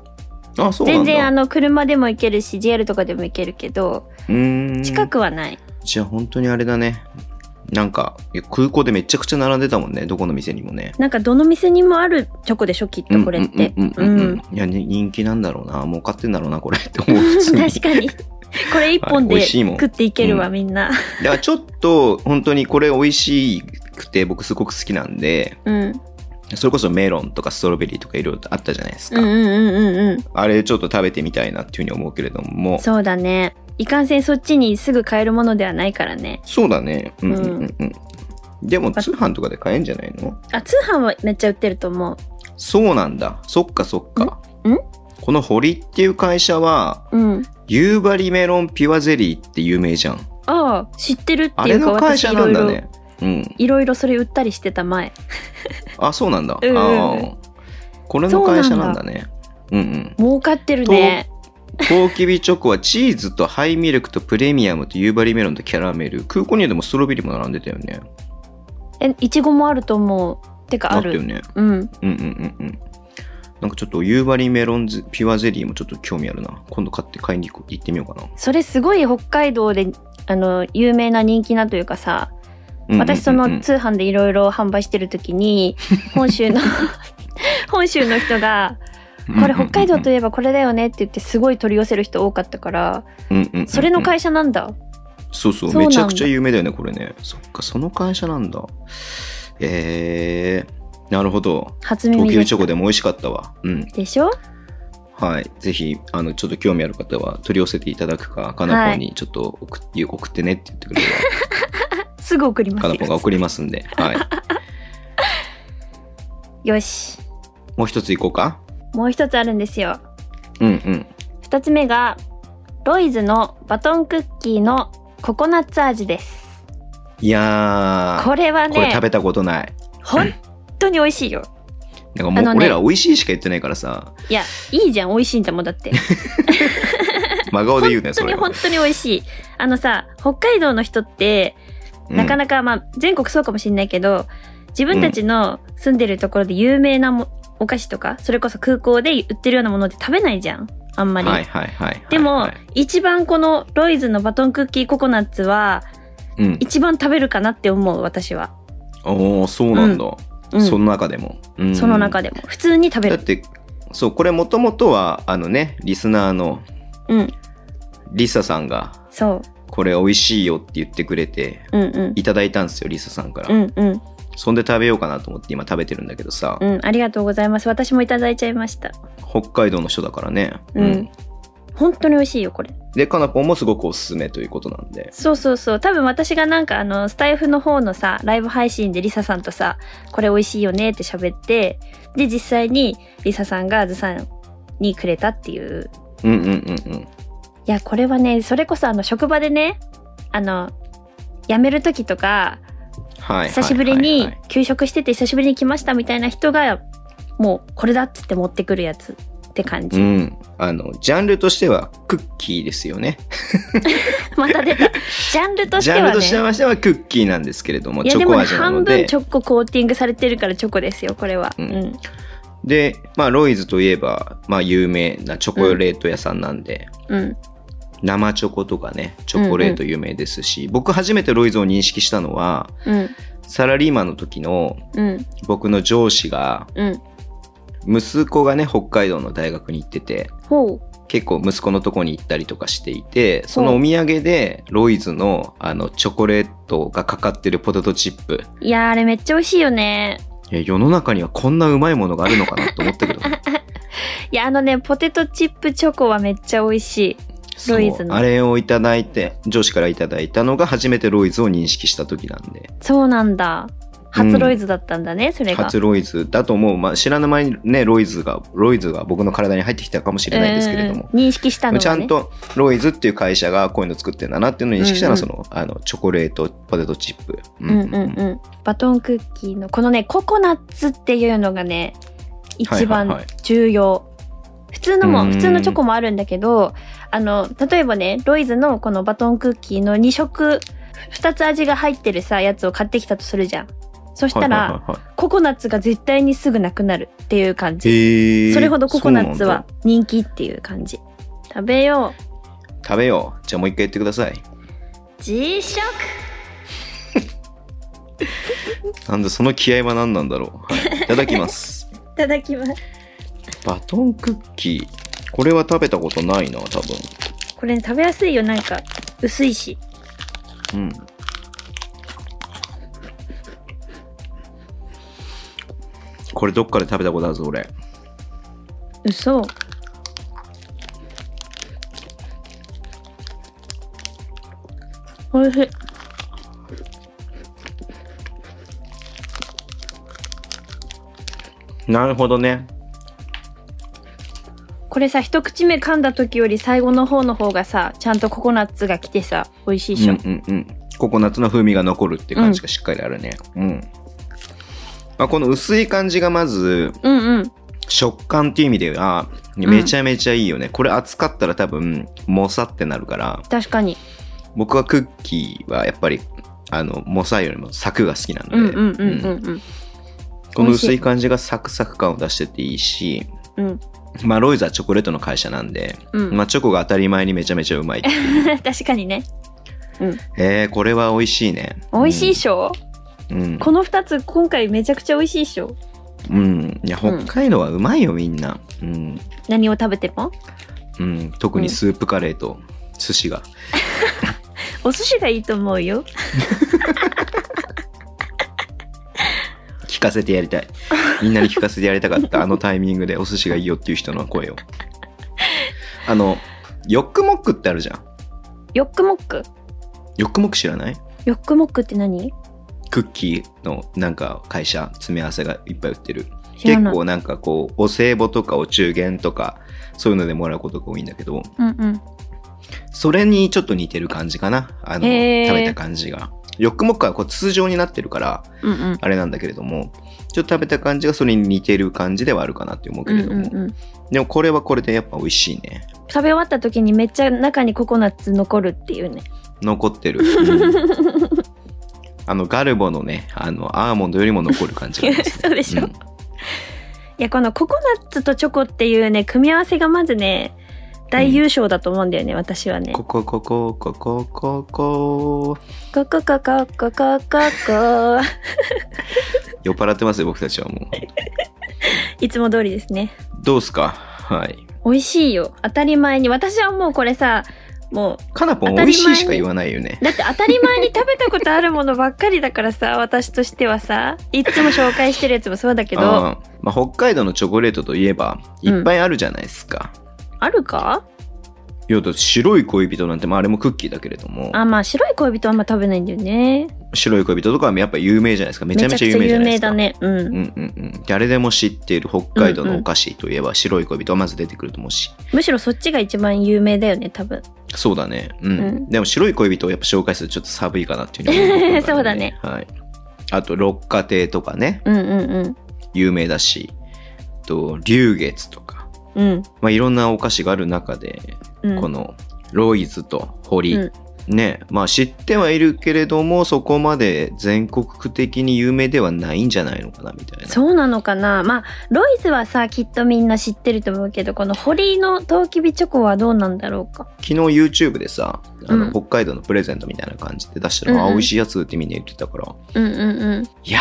Speaker 2: のあ、そうなんだ。
Speaker 1: 全然あの車でも行けるし JR とかでも行けるけど
Speaker 2: うーん。
Speaker 1: 近くはない、
Speaker 2: じゃあ本当にあれだね。なんか、いや空港でめちゃくちゃ並んでたもんね。どこの店にもね。
Speaker 1: なんかどの店にもあるチョコでしょきっとこれって
Speaker 2: うんうんうんうんうんいや、ね人気なんだろうな。儲かってんだろうな、これって思う。普通に
Speaker 1: 確か にこれ一本
Speaker 2: はい美
Speaker 1: で
Speaker 2: 味しいもん
Speaker 1: 食っていけるわ、
Speaker 2: うん
Speaker 1: みんな
Speaker 2: だからちょっと、本当にこれ美味しくて、僕すごく好きなんで、
Speaker 1: うん
Speaker 2: それこそメロンとかストロベリーとかいろいろあったじゃないです
Speaker 1: うんう
Speaker 2: か、
Speaker 1: んうんうんうん
Speaker 2: あれちょっと食べてみたいなっていうふうに思うけれどもそ
Speaker 1: そうだねいかんせんそっちにすぐ買えるものではないからね
Speaker 2: うだねうんうんうんうんでも通販とかで買えんじゃないの
Speaker 1: あ通販はめっちゃ売ってると思う
Speaker 2: そうなんだそっかそっか
Speaker 1: んん
Speaker 2: この堀っていう会社は
Speaker 1: うん
Speaker 2: 夕張メロンピュアゼリーって有名じゃん
Speaker 1: ああ知ってるって
Speaker 2: あ
Speaker 1: い
Speaker 2: れ
Speaker 1: うか
Speaker 2: の会社
Speaker 1: 私い
Speaker 2: な
Speaker 1: ろ
Speaker 2: ん
Speaker 1: い
Speaker 2: だ
Speaker 1: ろ
Speaker 2: ねうん
Speaker 1: いろいろそれ売ったりしてた前
Speaker 2: あそうなんだ、
Speaker 1: うんうん
Speaker 2: あーこれの会社なんだねうんうん
Speaker 1: 儲かってるね
Speaker 2: とうきびチョコはチーズとハイミルクとプレミアムと夕張メロンとキャラメル空港にはでもストロベリーも並んでたよね
Speaker 1: えいちごもあると思うてかあ
Speaker 2: あった
Speaker 1: る
Speaker 2: よね
Speaker 1: うん
Speaker 2: うんうんうんうんなんかちょっと夕張メロンズピュアゼリーもちょっと興味あるな今度買って買いに行こう行ってみようかな、
Speaker 1: それすごい北海道であの有名な人気なというかさ、
Speaker 2: うんうんうんうん
Speaker 1: 私その通販でいろいろ販売してる 時に本州の本州の人が「これ北海道といえばこれだよね」って言ってすごい取り寄せる人多かったから
Speaker 2: うんうんうんうん
Speaker 1: それの会社なんだ
Speaker 2: そうそう
Speaker 1: そう
Speaker 2: め
Speaker 1: なんだ
Speaker 2: ちゃくちゃ有名だよねこれねそっかその会社なんだえー、なるほど
Speaker 1: 初
Speaker 2: 高
Speaker 1: 耳
Speaker 2: 級
Speaker 1: で
Speaker 2: チョコでも美味しかったわうん
Speaker 1: でしょ
Speaker 2: はい、ぜひあのちょっと興味ある方は取り寄せていただくかかなぽんにちょっと送,、送ってねって言ってくれれ
Speaker 1: すぐ送り
Speaker 2: ばか
Speaker 1: ます
Speaker 2: なぽんが
Speaker 1: よ
Speaker 2: 送りますんで、はい、
Speaker 1: よし
Speaker 2: もう一ついこうか
Speaker 1: もう一つあるんですよ
Speaker 2: うんうん
Speaker 1: 二つ目がロイズのバトンクッキーのココナッツ味です
Speaker 2: いやー
Speaker 1: これは
Speaker 2: これ
Speaker 1: ね
Speaker 2: 食べたことない
Speaker 1: 本当に美味しいよ
Speaker 2: なんかも
Speaker 1: あの
Speaker 2: う
Speaker 1: ね
Speaker 2: 俺ら美味しいしか言ってないからさ、
Speaker 1: いやいいじゃん美味しいんだもんだって
Speaker 2: 真顔で言うね、
Speaker 1: 本当
Speaker 2: そ
Speaker 1: に
Speaker 2: れは
Speaker 1: 本。当に美味しい。あのさ、北海道の人って、なか
Speaker 2: な
Speaker 1: なか、まあ、全国そうかもしれないけど、自分たちの住んでるところで有名なもお菓子とか、それこそ空港で売ってるようなものって食べないじゃん。あんまり。
Speaker 2: はいはいはいはい。
Speaker 1: でも、
Speaker 2: はい
Speaker 1: 一番このロイズのバトンクッキーココナッツは、
Speaker 2: うん。
Speaker 1: 一番食べるかなって思う、私は。
Speaker 2: おー、そうなんだ。
Speaker 1: うん
Speaker 2: その中でも。うん
Speaker 1: その中でも普通に食べ
Speaker 2: だっ
Speaker 1: る
Speaker 2: て、そう、これもともとは、あのね、リスナーの
Speaker 1: うん
Speaker 2: リサさんが、
Speaker 1: そう
Speaker 2: これ美味しいよって言ってくれて、
Speaker 1: うんうん
Speaker 2: いただいたんですよ、リサさんから。
Speaker 1: うんうん
Speaker 2: そんで食べようかなと思って今食べてるんだけどさ、
Speaker 1: うんありがとうございます私もいただいちゃいました
Speaker 2: 北海道の人だからね。
Speaker 1: うん、本当に美味しいよこれ
Speaker 2: で、かなぽんもすごくおすすめということなんで。
Speaker 1: そうそうそう多分私がなんかあのスタイフの方のさライブ配信でリサさんとさこれ美味しいよねって喋ってで実際にリサさんがずさんにくれたっていう
Speaker 2: うんうんうんうん。
Speaker 1: いやこれはねそれこそあの職場でねあの辞める時とか
Speaker 2: はい。
Speaker 1: 久しぶり
Speaker 2: はいは
Speaker 1: に
Speaker 2: いはい
Speaker 1: 休職してて久しぶりに来ましたみたいな人がもうこれだっつって持ってくるやつって感
Speaker 2: う
Speaker 1: じ、
Speaker 2: ん。あの、ジャンルとしてはクッキーですよね。
Speaker 1: また出たジャンルとし
Speaker 2: ジ
Speaker 1: て
Speaker 2: ャンル
Speaker 1: は
Speaker 2: として
Speaker 1: ね
Speaker 2: ましてはクッキーなんですけれども、
Speaker 1: いや
Speaker 2: チ
Speaker 1: で
Speaker 2: ョ
Speaker 1: も
Speaker 2: コ
Speaker 1: ね
Speaker 2: 味な
Speaker 1: 半
Speaker 2: の
Speaker 1: 分
Speaker 2: で
Speaker 1: チ。ョココーティングされてるからチョコですよこれは、
Speaker 2: うん
Speaker 1: うん
Speaker 2: で、まあ、ロイズといえば、まあ、有名なチョコレート屋さんなんで、
Speaker 1: うん、
Speaker 2: 生チョコとかね、チョコレート有名ですし、僕初めてロイズを認識したのは、
Speaker 1: うん、
Speaker 2: サラリーマンの時の
Speaker 1: うん、
Speaker 2: 僕の上司が、
Speaker 1: うん。
Speaker 2: 息子がね、北海道の大学に行ってて、
Speaker 1: ほう。
Speaker 2: 結構息子のとこに行ったりとかしていて、そのお土産でロイズのあのチョコレートがかかってるポテトチップ。
Speaker 1: いやーあれめっちゃ美味しいよね。
Speaker 2: いや世の中にはこんなうまいものがあるのかなと思ったけど、
Speaker 1: いや、あのね、ポテトチップチョコはめっちゃ美味しい。
Speaker 2: そう
Speaker 1: ロイズの
Speaker 2: あれをいただいて、上司からいただいたのが初めてロイズを認識した時なんで、
Speaker 1: そうなんだ。
Speaker 2: うん
Speaker 1: 初ロイズだったんだね、それが。
Speaker 2: 初ロイズだと思う、まあ、知らぬ間にね、ロイズが、ロイズが僕の体に入ってきたかもしれないですけれども、
Speaker 1: うんうん認識したのは、ね、
Speaker 2: ちゃんとロイズっていう会社がこういうの作ってんだなっていうのを認識したのは、
Speaker 1: うんう
Speaker 2: その、あの、チョコレート、ポテトチップ。う
Speaker 1: うんうんうんバトンクッキーのこのねココナッツっていうのがね一
Speaker 2: はいはい
Speaker 1: 番
Speaker 2: はい
Speaker 1: 重要、普通の
Speaker 2: う
Speaker 1: も
Speaker 2: ーん
Speaker 1: 普通のチョコもあるんだけどあの例えばねロイズのこのバトンクッキーの2色2つ味が入ってるさやつを買ってきたとするじゃんそしたら、
Speaker 2: はいはいはいはい
Speaker 1: ココナッツが絶対にすぐなくなるっていう感じ
Speaker 2: へー
Speaker 1: それほどココナッツ
Speaker 2: そうなん
Speaker 1: は
Speaker 2: だ
Speaker 1: 人気っていう感じ食べよう
Speaker 2: 食べようじゃあもう一回言ってください
Speaker 1: G 食
Speaker 2: なんでその気合は何なんだろう、はい、いただきます
Speaker 1: いただきます
Speaker 2: バトンクッキーこれは食べたことないな多分
Speaker 1: これ、ね、食べやすいよなんか薄いし
Speaker 2: うんこれどっかで食べたことあるぞ俺
Speaker 1: 嘘おいしい
Speaker 2: なるほどね
Speaker 1: これさ一口目噛んだ時より最後の方の方がさちゃんとココナッツが来てさ美味しいでしょ、
Speaker 2: うんうんうんココナッツの風味が残るって感じがしっかりあるねうん、まあ、この薄い感じがまず
Speaker 1: うん、うん
Speaker 2: 食感っていう意味ではめちゃめちゃいいよね、これ熱かったら多分もさってなるから
Speaker 1: 確かに
Speaker 2: 僕はクッキーはやっぱりあのもさよりもサクが好きなので、
Speaker 1: うんうんうん
Speaker 2: う
Speaker 1: うんん
Speaker 2: この薄い感じがサクサク感を出してていいし
Speaker 1: うんうん
Speaker 2: まあロイズはチョコレートの会社なんで、
Speaker 1: うん
Speaker 2: まあ、チョコが当たり前にめちゃめちゃうまい っていう
Speaker 1: 確かにね
Speaker 2: えー、これは美味しいね
Speaker 1: 美味しいでしょ、
Speaker 2: うん、うん
Speaker 1: この2つ今回めちゃくちゃ美味しいでしょ
Speaker 2: うんいや北海道はうまいよみんなうん、
Speaker 1: 何を食べても
Speaker 2: うん、特にスープカレーと寿司が、
Speaker 1: お寿司がいいと思うよ
Speaker 2: 聞かせてやりたいみんなに聞かせてやりたかった あのタイミングでお寿司がいいよっていう人の声をあのヨックモックってあるじゃん
Speaker 1: ヨックモック
Speaker 2: ヨックモック知らない
Speaker 1: ヨックモックって何
Speaker 2: クッキーのなんか会社詰め合わせがいっぱい売ってる
Speaker 1: 知ら
Speaker 2: 結
Speaker 1: ない
Speaker 2: 構なんかこうお歳暮とかお中元とかそういうのでもらうことが多いんだけど
Speaker 1: うんうん
Speaker 2: それにちょっと似てる感じかなあの
Speaker 1: へー
Speaker 2: 食べた感じがヨックモックはこう通常になってるから
Speaker 1: うんうん
Speaker 2: あれなんだけれどもちょっと食べた感じがそれに似てる感じではあるかなって思うけ
Speaker 1: うん
Speaker 2: れども、
Speaker 1: うんうん
Speaker 2: でもこれはこれでやっぱ美味しいね
Speaker 1: 食べ終わった時にめっちゃ中にココナッツ残るっていうね
Speaker 2: 残ってる、 うんあのガルボのねあのアーモンドよりも残る感じがあります
Speaker 1: そうでしょ
Speaker 2: うん
Speaker 1: いやこのココナッツとチョコっていうね組み合わせがまずね大優勝だと思うんだよね、私はね
Speaker 2: ここここここここ
Speaker 1: ココココココココ
Speaker 2: 酔っ払ってますよ、僕たちはもう。
Speaker 1: いつも通りですね。
Speaker 2: どうっすかはい。
Speaker 1: 美味しいよ。当たり前に。私はもうこれさ、も
Speaker 2: かなぽん、美
Speaker 1: 当たり
Speaker 2: 味
Speaker 1: 前に
Speaker 2: しいしか言わないよね
Speaker 1: う、。だって当たり前に食べたことあるものばっかりだからさ、私としてはさ、いつも紹介してるやつもそうだけど、あ
Speaker 2: うんまあ、北海道のチョコレートといえば、いっぱいあるじゃないですか。
Speaker 1: るか
Speaker 2: いや、だって白い恋人なんて、まあ、あれもクッキーだけれども、
Speaker 1: あ、まあ白い恋人はあんま食べないんだよね。
Speaker 2: 白い恋人とかはやっぱ有名じゃないですか。め
Speaker 1: め
Speaker 2: ちゃめちゃ有名じゃないですか。
Speaker 1: だね。う。
Speaker 2: うんんうんうん、誰でも知っている北海道のお菓子といえば白い恋人はまず出てくると思うし、
Speaker 1: むしろそっちが一番有名だよね、多分。
Speaker 2: そうだね、うん
Speaker 1: うん
Speaker 2: でも白い恋人をやっぱ紹介するとちょっと寒いかなっていうふうに思った
Speaker 1: そう
Speaker 2: の
Speaker 1: だ
Speaker 2: で
Speaker 1: ね
Speaker 2: はい、あと六花亭とかね
Speaker 1: うんうん
Speaker 2: 有名だしあと龍月とか、
Speaker 1: うん。うん。
Speaker 2: まあ、いろんなお菓子がある中で、
Speaker 1: うん、
Speaker 2: このロイズと堀、
Speaker 1: うん
Speaker 2: ねまあ知ってはいるけれどもそこまで全国的に有名ではないんじゃないのかなみたいな
Speaker 1: そうなのかなまあロイズはさきっとみんな知ってると思うけどこの堀のとうきびチョコはどうなんだろうか
Speaker 2: 昨日 YouTube でさあの、
Speaker 1: うん
Speaker 2: 北海道のプレゼントみたいな感じで出したら、
Speaker 1: うんうん
Speaker 2: あ美味しいやつってみんな言ってたから
Speaker 1: うんうん
Speaker 2: いや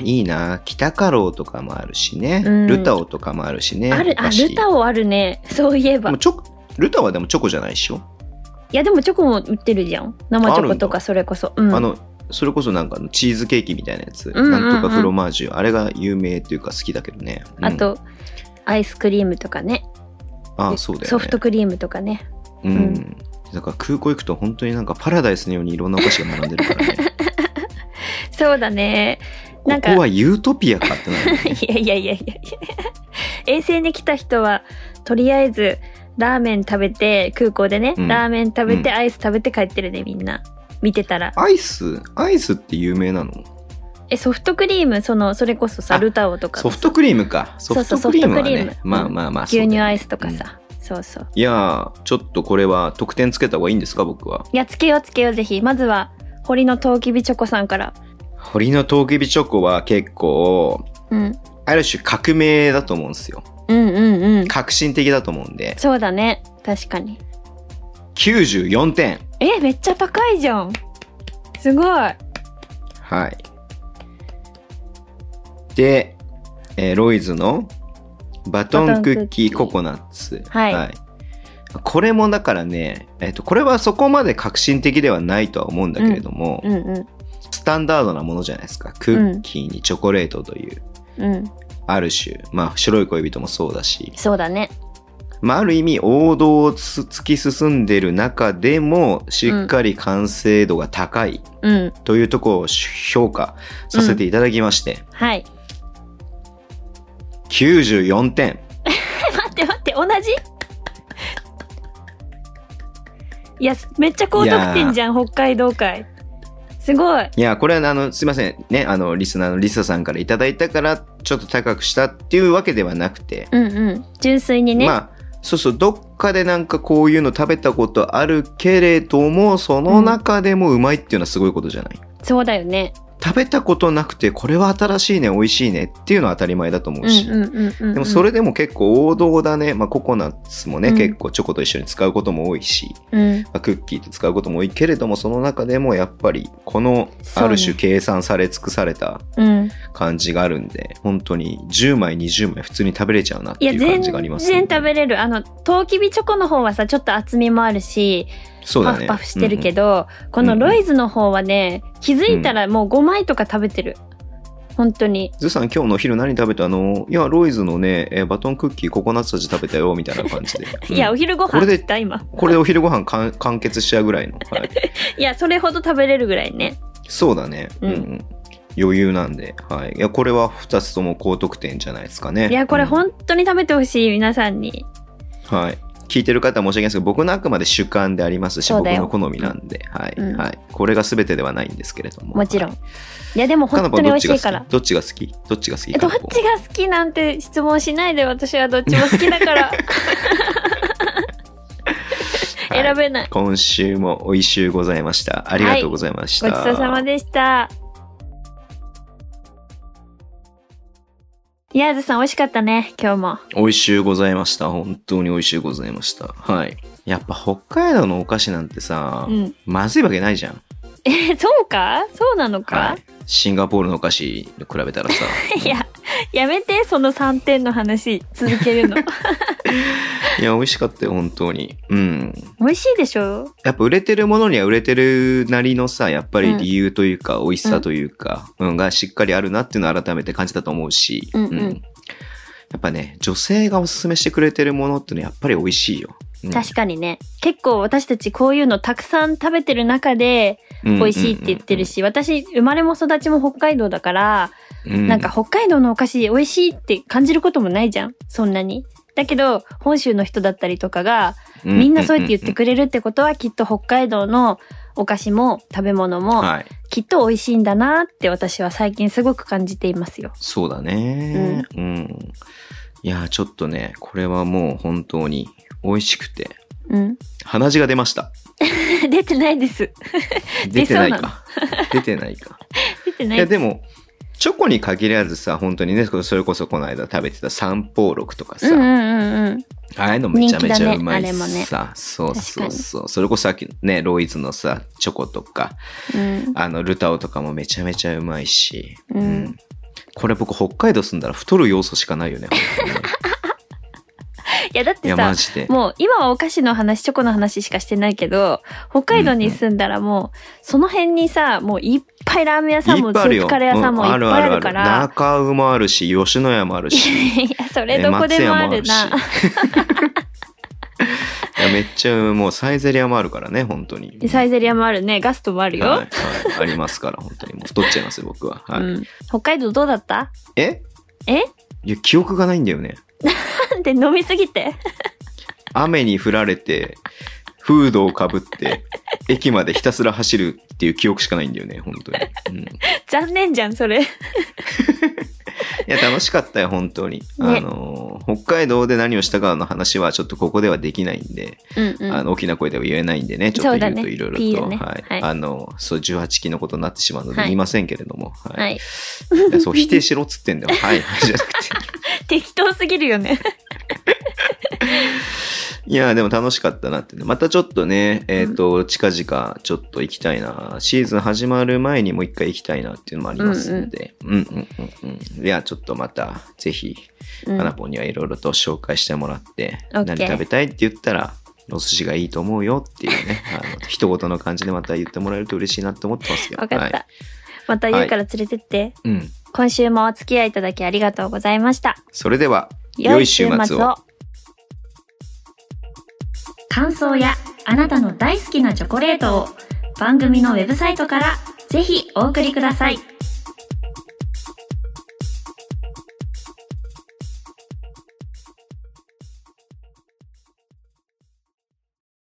Speaker 2: ーいいな北太郎とかもあるしね、
Speaker 1: うん
Speaker 2: ルタオとかもあるし
Speaker 1: う
Speaker 2: ね
Speaker 1: んあるあルタ
Speaker 2: オ
Speaker 1: オあるねそういえばい
Speaker 2: ルタオはでもチョコじゃないでしょ、
Speaker 1: やでもチョコも売ってるじゃん生チョコとかそれこそうん
Speaker 2: あのそれこそなんかあのチーズケーキみたいなやつ、
Speaker 1: んうんうん
Speaker 2: なんとかフロマージュあれが有名というか好きだけどね、うん
Speaker 1: あとアイスクリームとかね
Speaker 2: あそうだよ、ね、
Speaker 1: ソフトクリームとかね
Speaker 2: うん、
Speaker 1: うん
Speaker 2: だから空港行くと本当になんかパラダイスのようにいろんなお菓子が並んでるからね
Speaker 1: そうだね な
Speaker 2: こ
Speaker 1: んか
Speaker 2: こはユートピアかってなるよね
Speaker 1: いやいやいやいやいや。遠征に来た人は、とりあえず、ラーメン食べて、空港でね、
Speaker 2: うん
Speaker 1: ラーメン食べて、
Speaker 2: う
Speaker 1: アイス食べて帰ってるね、みんな。見てたら。
Speaker 2: アイスアイスって有名なの
Speaker 1: え、ソフトクリーム、その、それこそさ、
Speaker 2: あ
Speaker 1: ルタオとか
Speaker 2: ソフトクリームかソ
Speaker 1: そう
Speaker 2: フ
Speaker 1: そう
Speaker 2: トクリームはね
Speaker 1: ソフトクリーム
Speaker 2: まあまあまあ、
Speaker 1: 牛乳アイスとか
Speaker 2: そうだよね
Speaker 1: さ。そうそう。
Speaker 2: うんいやーちょっとこれは得点つけた方がいいんですか僕はい
Speaker 1: や、つけようつけよう、ぜひ。まずは、堀のとうきびチョコさんから。
Speaker 2: 堀のとうきびチョコは結構
Speaker 1: うん。
Speaker 2: ある種革命だと思うんですよ
Speaker 1: うんうんうん。
Speaker 2: 革新的だと思うんで
Speaker 1: そうだね。確かに。
Speaker 2: 94点
Speaker 1: え、めっちゃ高いじゃん。すごい。
Speaker 2: はいで、えーロイズのバトンクッキー
Speaker 1: バト
Speaker 2: ココ
Speaker 1: ンクッキー
Speaker 2: ナッツ
Speaker 1: はい
Speaker 2: これもだからね、えっとこれはそこまで革新的ではないとは思うんだけれども、
Speaker 1: うんう
Speaker 2: スタンダードなものじゃないですか。クッキーにチョコレートという、
Speaker 1: ん。うん。
Speaker 2: ある種、まあ、白い恋人もそうだし、
Speaker 1: そうだね。
Speaker 2: まあ、ある意味、王道をつ突き進んでる中でも、しっかり完成度が高い
Speaker 1: うん。
Speaker 2: というところを評価させていただきまして、
Speaker 1: はい。
Speaker 2: 94点。
Speaker 1: 待って待って同じいやめっちゃ高得点じゃん北海道会すごい
Speaker 2: いや、これは、あの、すいません。ね、あの、リスナーのリサさんからいただいたから、ちょっと高くしたっていうわけではなくて、
Speaker 1: うんうん純粋にね、
Speaker 2: まあそうそうどっかでなんかこういうの食べたことあるけれどもその中でもうまいっていうのはすごいことじゃない、
Speaker 1: そうだよね
Speaker 2: 食べたことなくてこれは新しいね美味しいねっていうのは当たり前だと思
Speaker 1: う
Speaker 2: うし、
Speaker 1: んうんうんうんうん
Speaker 2: でもそれでも結構王道だね、まあ、ココナッツもね、
Speaker 1: うん
Speaker 2: 結構チョコと一緒に使うことも多いし、
Speaker 1: うん
Speaker 2: まあクッキーと使うことも多いけれどもその中でもやっぱりこの
Speaker 1: そうね
Speaker 2: ある種計算され尽くされた
Speaker 1: うん
Speaker 2: 感じがあるんで、本当に10枚20枚普通に食べれちゃうなって
Speaker 1: いや
Speaker 2: いう感
Speaker 1: 全
Speaker 2: じがありますね、
Speaker 1: 然食べれるあのとうきびチョコの方はさちょっと厚みもあるし、
Speaker 2: そうだ
Speaker 1: パ
Speaker 2: ね
Speaker 1: フパフしてるけど、このロイズの方はね気づいたらもう5枚とか食べてる本当に
Speaker 2: ズーさん今日のお昼何食べたのいやロイズのね、えーバトンクッキーココナッツ味食べたよみたいな感じで、
Speaker 1: いや
Speaker 2: う
Speaker 1: お
Speaker 2: ん
Speaker 1: 昼ご
Speaker 2: こ
Speaker 1: 飯
Speaker 2: れで
Speaker 1: だった今
Speaker 2: これでお昼ご飯かん完結しちゃうぐらいの、はい、
Speaker 1: いやそれほど食べれるぐらいね
Speaker 2: そうだね、
Speaker 1: うん
Speaker 2: うん余裕なんで、はい、いやこれは2つとも高得点じゃないですかね
Speaker 1: いやこれ
Speaker 2: うん
Speaker 1: 本当に食べてほしい皆さんに
Speaker 2: はい聞いてる方は申し訳ないですけど僕のあくまで主観でありますし
Speaker 1: そう
Speaker 2: 僕
Speaker 1: だよ
Speaker 2: の好みなんで、はい
Speaker 1: うん
Speaker 2: はい、これが全てではないんですけれども
Speaker 1: もちろ
Speaker 2: は
Speaker 1: んいやでも
Speaker 2: い、かな
Speaker 1: 本
Speaker 2: ぽ
Speaker 1: 当
Speaker 2: ん
Speaker 1: に
Speaker 2: どっ
Speaker 1: 美味
Speaker 2: ち
Speaker 1: し
Speaker 2: が
Speaker 1: いから
Speaker 2: 好きどっちが好きどっちが好き
Speaker 1: え
Speaker 2: か
Speaker 1: ど
Speaker 2: な
Speaker 1: っ
Speaker 2: ぽん
Speaker 1: ちが好きなんて質問しないで私はどっちも好きだから
Speaker 2: はい
Speaker 1: 選べない
Speaker 2: 今週もおいしゅうございましたありがとうございました、
Speaker 1: ごちそうさまでしたヤーズさん美味しかったね今日も
Speaker 2: 美味しゅうございました。本当に美味しゅうございました。はい。やっぱ北海道のお菓子なんてさ、
Speaker 1: うん
Speaker 2: まずいわけないじゃん。
Speaker 1: え、そうかそうなのか、
Speaker 2: はい。シンガポールのお菓子と比べたらさ。
Speaker 1: い、や、やめて、その3点の話、続ける の。
Speaker 2: いや、美味しかったよ、本当に。うん。
Speaker 1: 美味しいでしょ
Speaker 2: やっぱ売れてるものには売れてるなりのさ、やっぱり理由というか、美味しさというか、うん、がしっかりあるなっていうのを改めて感じたと思うし、
Speaker 1: うんうん
Speaker 2: やっぱね、女性がおすすめしてくれてるものってのはやっぱり美味しいよ。
Speaker 1: 確かにね。結構私たちこういうのたくさん食べてる中で、
Speaker 2: に
Speaker 1: 美味しいって言ってる、し、私、生まれも育ちも北海道だから、
Speaker 2: うう
Speaker 1: なんか、北海道のお菓子美味しいって感じることもないじゃんそんなに。だけど本州の人だったりとかがみんなそうやって言って
Speaker 2: れ
Speaker 1: くれるってことはきっと北海道のお菓子も食べ物も
Speaker 2: はい。
Speaker 1: きっと美味しいんだなって私は最近すごく感じていますよ。
Speaker 2: そうだね。うん。いや、ちょっとね、これはもう本当に美味しくて、
Speaker 1: うん。
Speaker 2: 鼻血が出ました。
Speaker 1: 出てないです。
Speaker 2: 出てない
Speaker 1: 出そう
Speaker 2: か。 出てないか。
Speaker 1: 出てないい
Speaker 2: や
Speaker 1: で
Speaker 2: で
Speaker 1: す。
Speaker 2: もチョコに限らずさ本当にねそれこそこの間食べてた三宝六とかさ、
Speaker 1: うんう
Speaker 2: あ
Speaker 1: んうんうん。
Speaker 2: あいうのめちゃめちゃ
Speaker 1: 人気だね
Speaker 2: うまい
Speaker 1: あれもね
Speaker 2: さ、そうそ
Speaker 1: 確
Speaker 2: う
Speaker 1: かに
Speaker 2: そうそれこそさっきのねロイズのさチョコとか
Speaker 1: うん、
Speaker 2: あのルタオとかもめちゃめちゃうまいし、
Speaker 1: うん
Speaker 2: これ僕北海道住んだら太る要素しかないよ ね本当にね
Speaker 1: いやだっ
Speaker 2: い
Speaker 1: て
Speaker 2: や
Speaker 1: さ
Speaker 2: マジで
Speaker 1: もう今はお菓子の話チョコの話しかしてないけど北海道に住んだらもう、その辺にさもういっぱいラーメン屋さん
Speaker 2: い
Speaker 1: も
Speaker 2: っ
Speaker 1: ス
Speaker 2: ぱいある
Speaker 1: ー
Speaker 2: よ
Speaker 1: プカレー屋さんもいっぱいあるから。
Speaker 2: 中尾もあるし吉野家もある し
Speaker 1: いや、それどこでもあ る
Speaker 2: 松屋
Speaker 1: な。
Speaker 2: もあるしいやめっちゃもうサイゼリアもあるからね本当に
Speaker 1: サイゼリアもあるね。ガストもあるよ。
Speaker 2: はいはい、ありますから本当にもう太っちゃいますよ僕は、はい
Speaker 1: うん、北海道どうだった
Speaker 2: え
Speaker 1: え
Speaker 2: いや記憶がないんだよね
Speaker 1: なんで飲みすぎて
Speaker 2: 雨に降られてフードをかぶって駅までひたすら走るっていう記憶しかないんだよね本当に、うん、い
Speaker 1: 残念じゃん、それ。
Speaker 2: や楽しかったよ本当に、あのー北海道で何をしたかの話はちょっとここではできないんで、
Speaker 1: うんうん。
Speaker 2: あの大きな声では言えないんでねちょっと言う
Speaker 1: そうだ
Speaker 2: と
Speaker 1: ね
Speaker 2: いろいろ
Speaker 1: ピー
Speaker 2: と、
Speaker 1: よね
Speaker 2: はい
Speaker 1: はい
Speaker 2: あのそう18期のことになってしまうので
Speaker 1: はい
Speaker 2: 言いませんけれども、はい
Speaker 1: はい。
Speaker 2: いやそう否定しろっつってんだよはいはいじゃなくて
Speaker 1: 適当すぎるよね。
Speaker 2: いやーでも楽しかったなってね。またちょっとね、えっ、と、近々ちょっと行きたいな。シーズン始まる前にもう一回行きたいなっていうのもありますんで。うんうんうんうん。いや、ちょっとまた、ぜひ、
Speaker 1: うん
Speaker 2: かなぽんにはいろいろと紹介してもらって、
Speaker 1: OK
Speaker 2: 何食べたいって言ったら、お寿司がいいと思うよっていう ね、あの、一言の感じでまた言ってもらえると嬉しいなって思ってますよ。
Speaker 1: わかった。
Speaker 2: はい、
Speaker 1: また言うから連れてって。
Speaker 2: うん。
Speaker 1: 今週もお付き合いいただきありがとうございました。
Speaker 2: それでは、良い週末を。。
Speaker 1: 感想やあなたの大好きなチョコレートを番組のウェブサイトからぜひお送りください。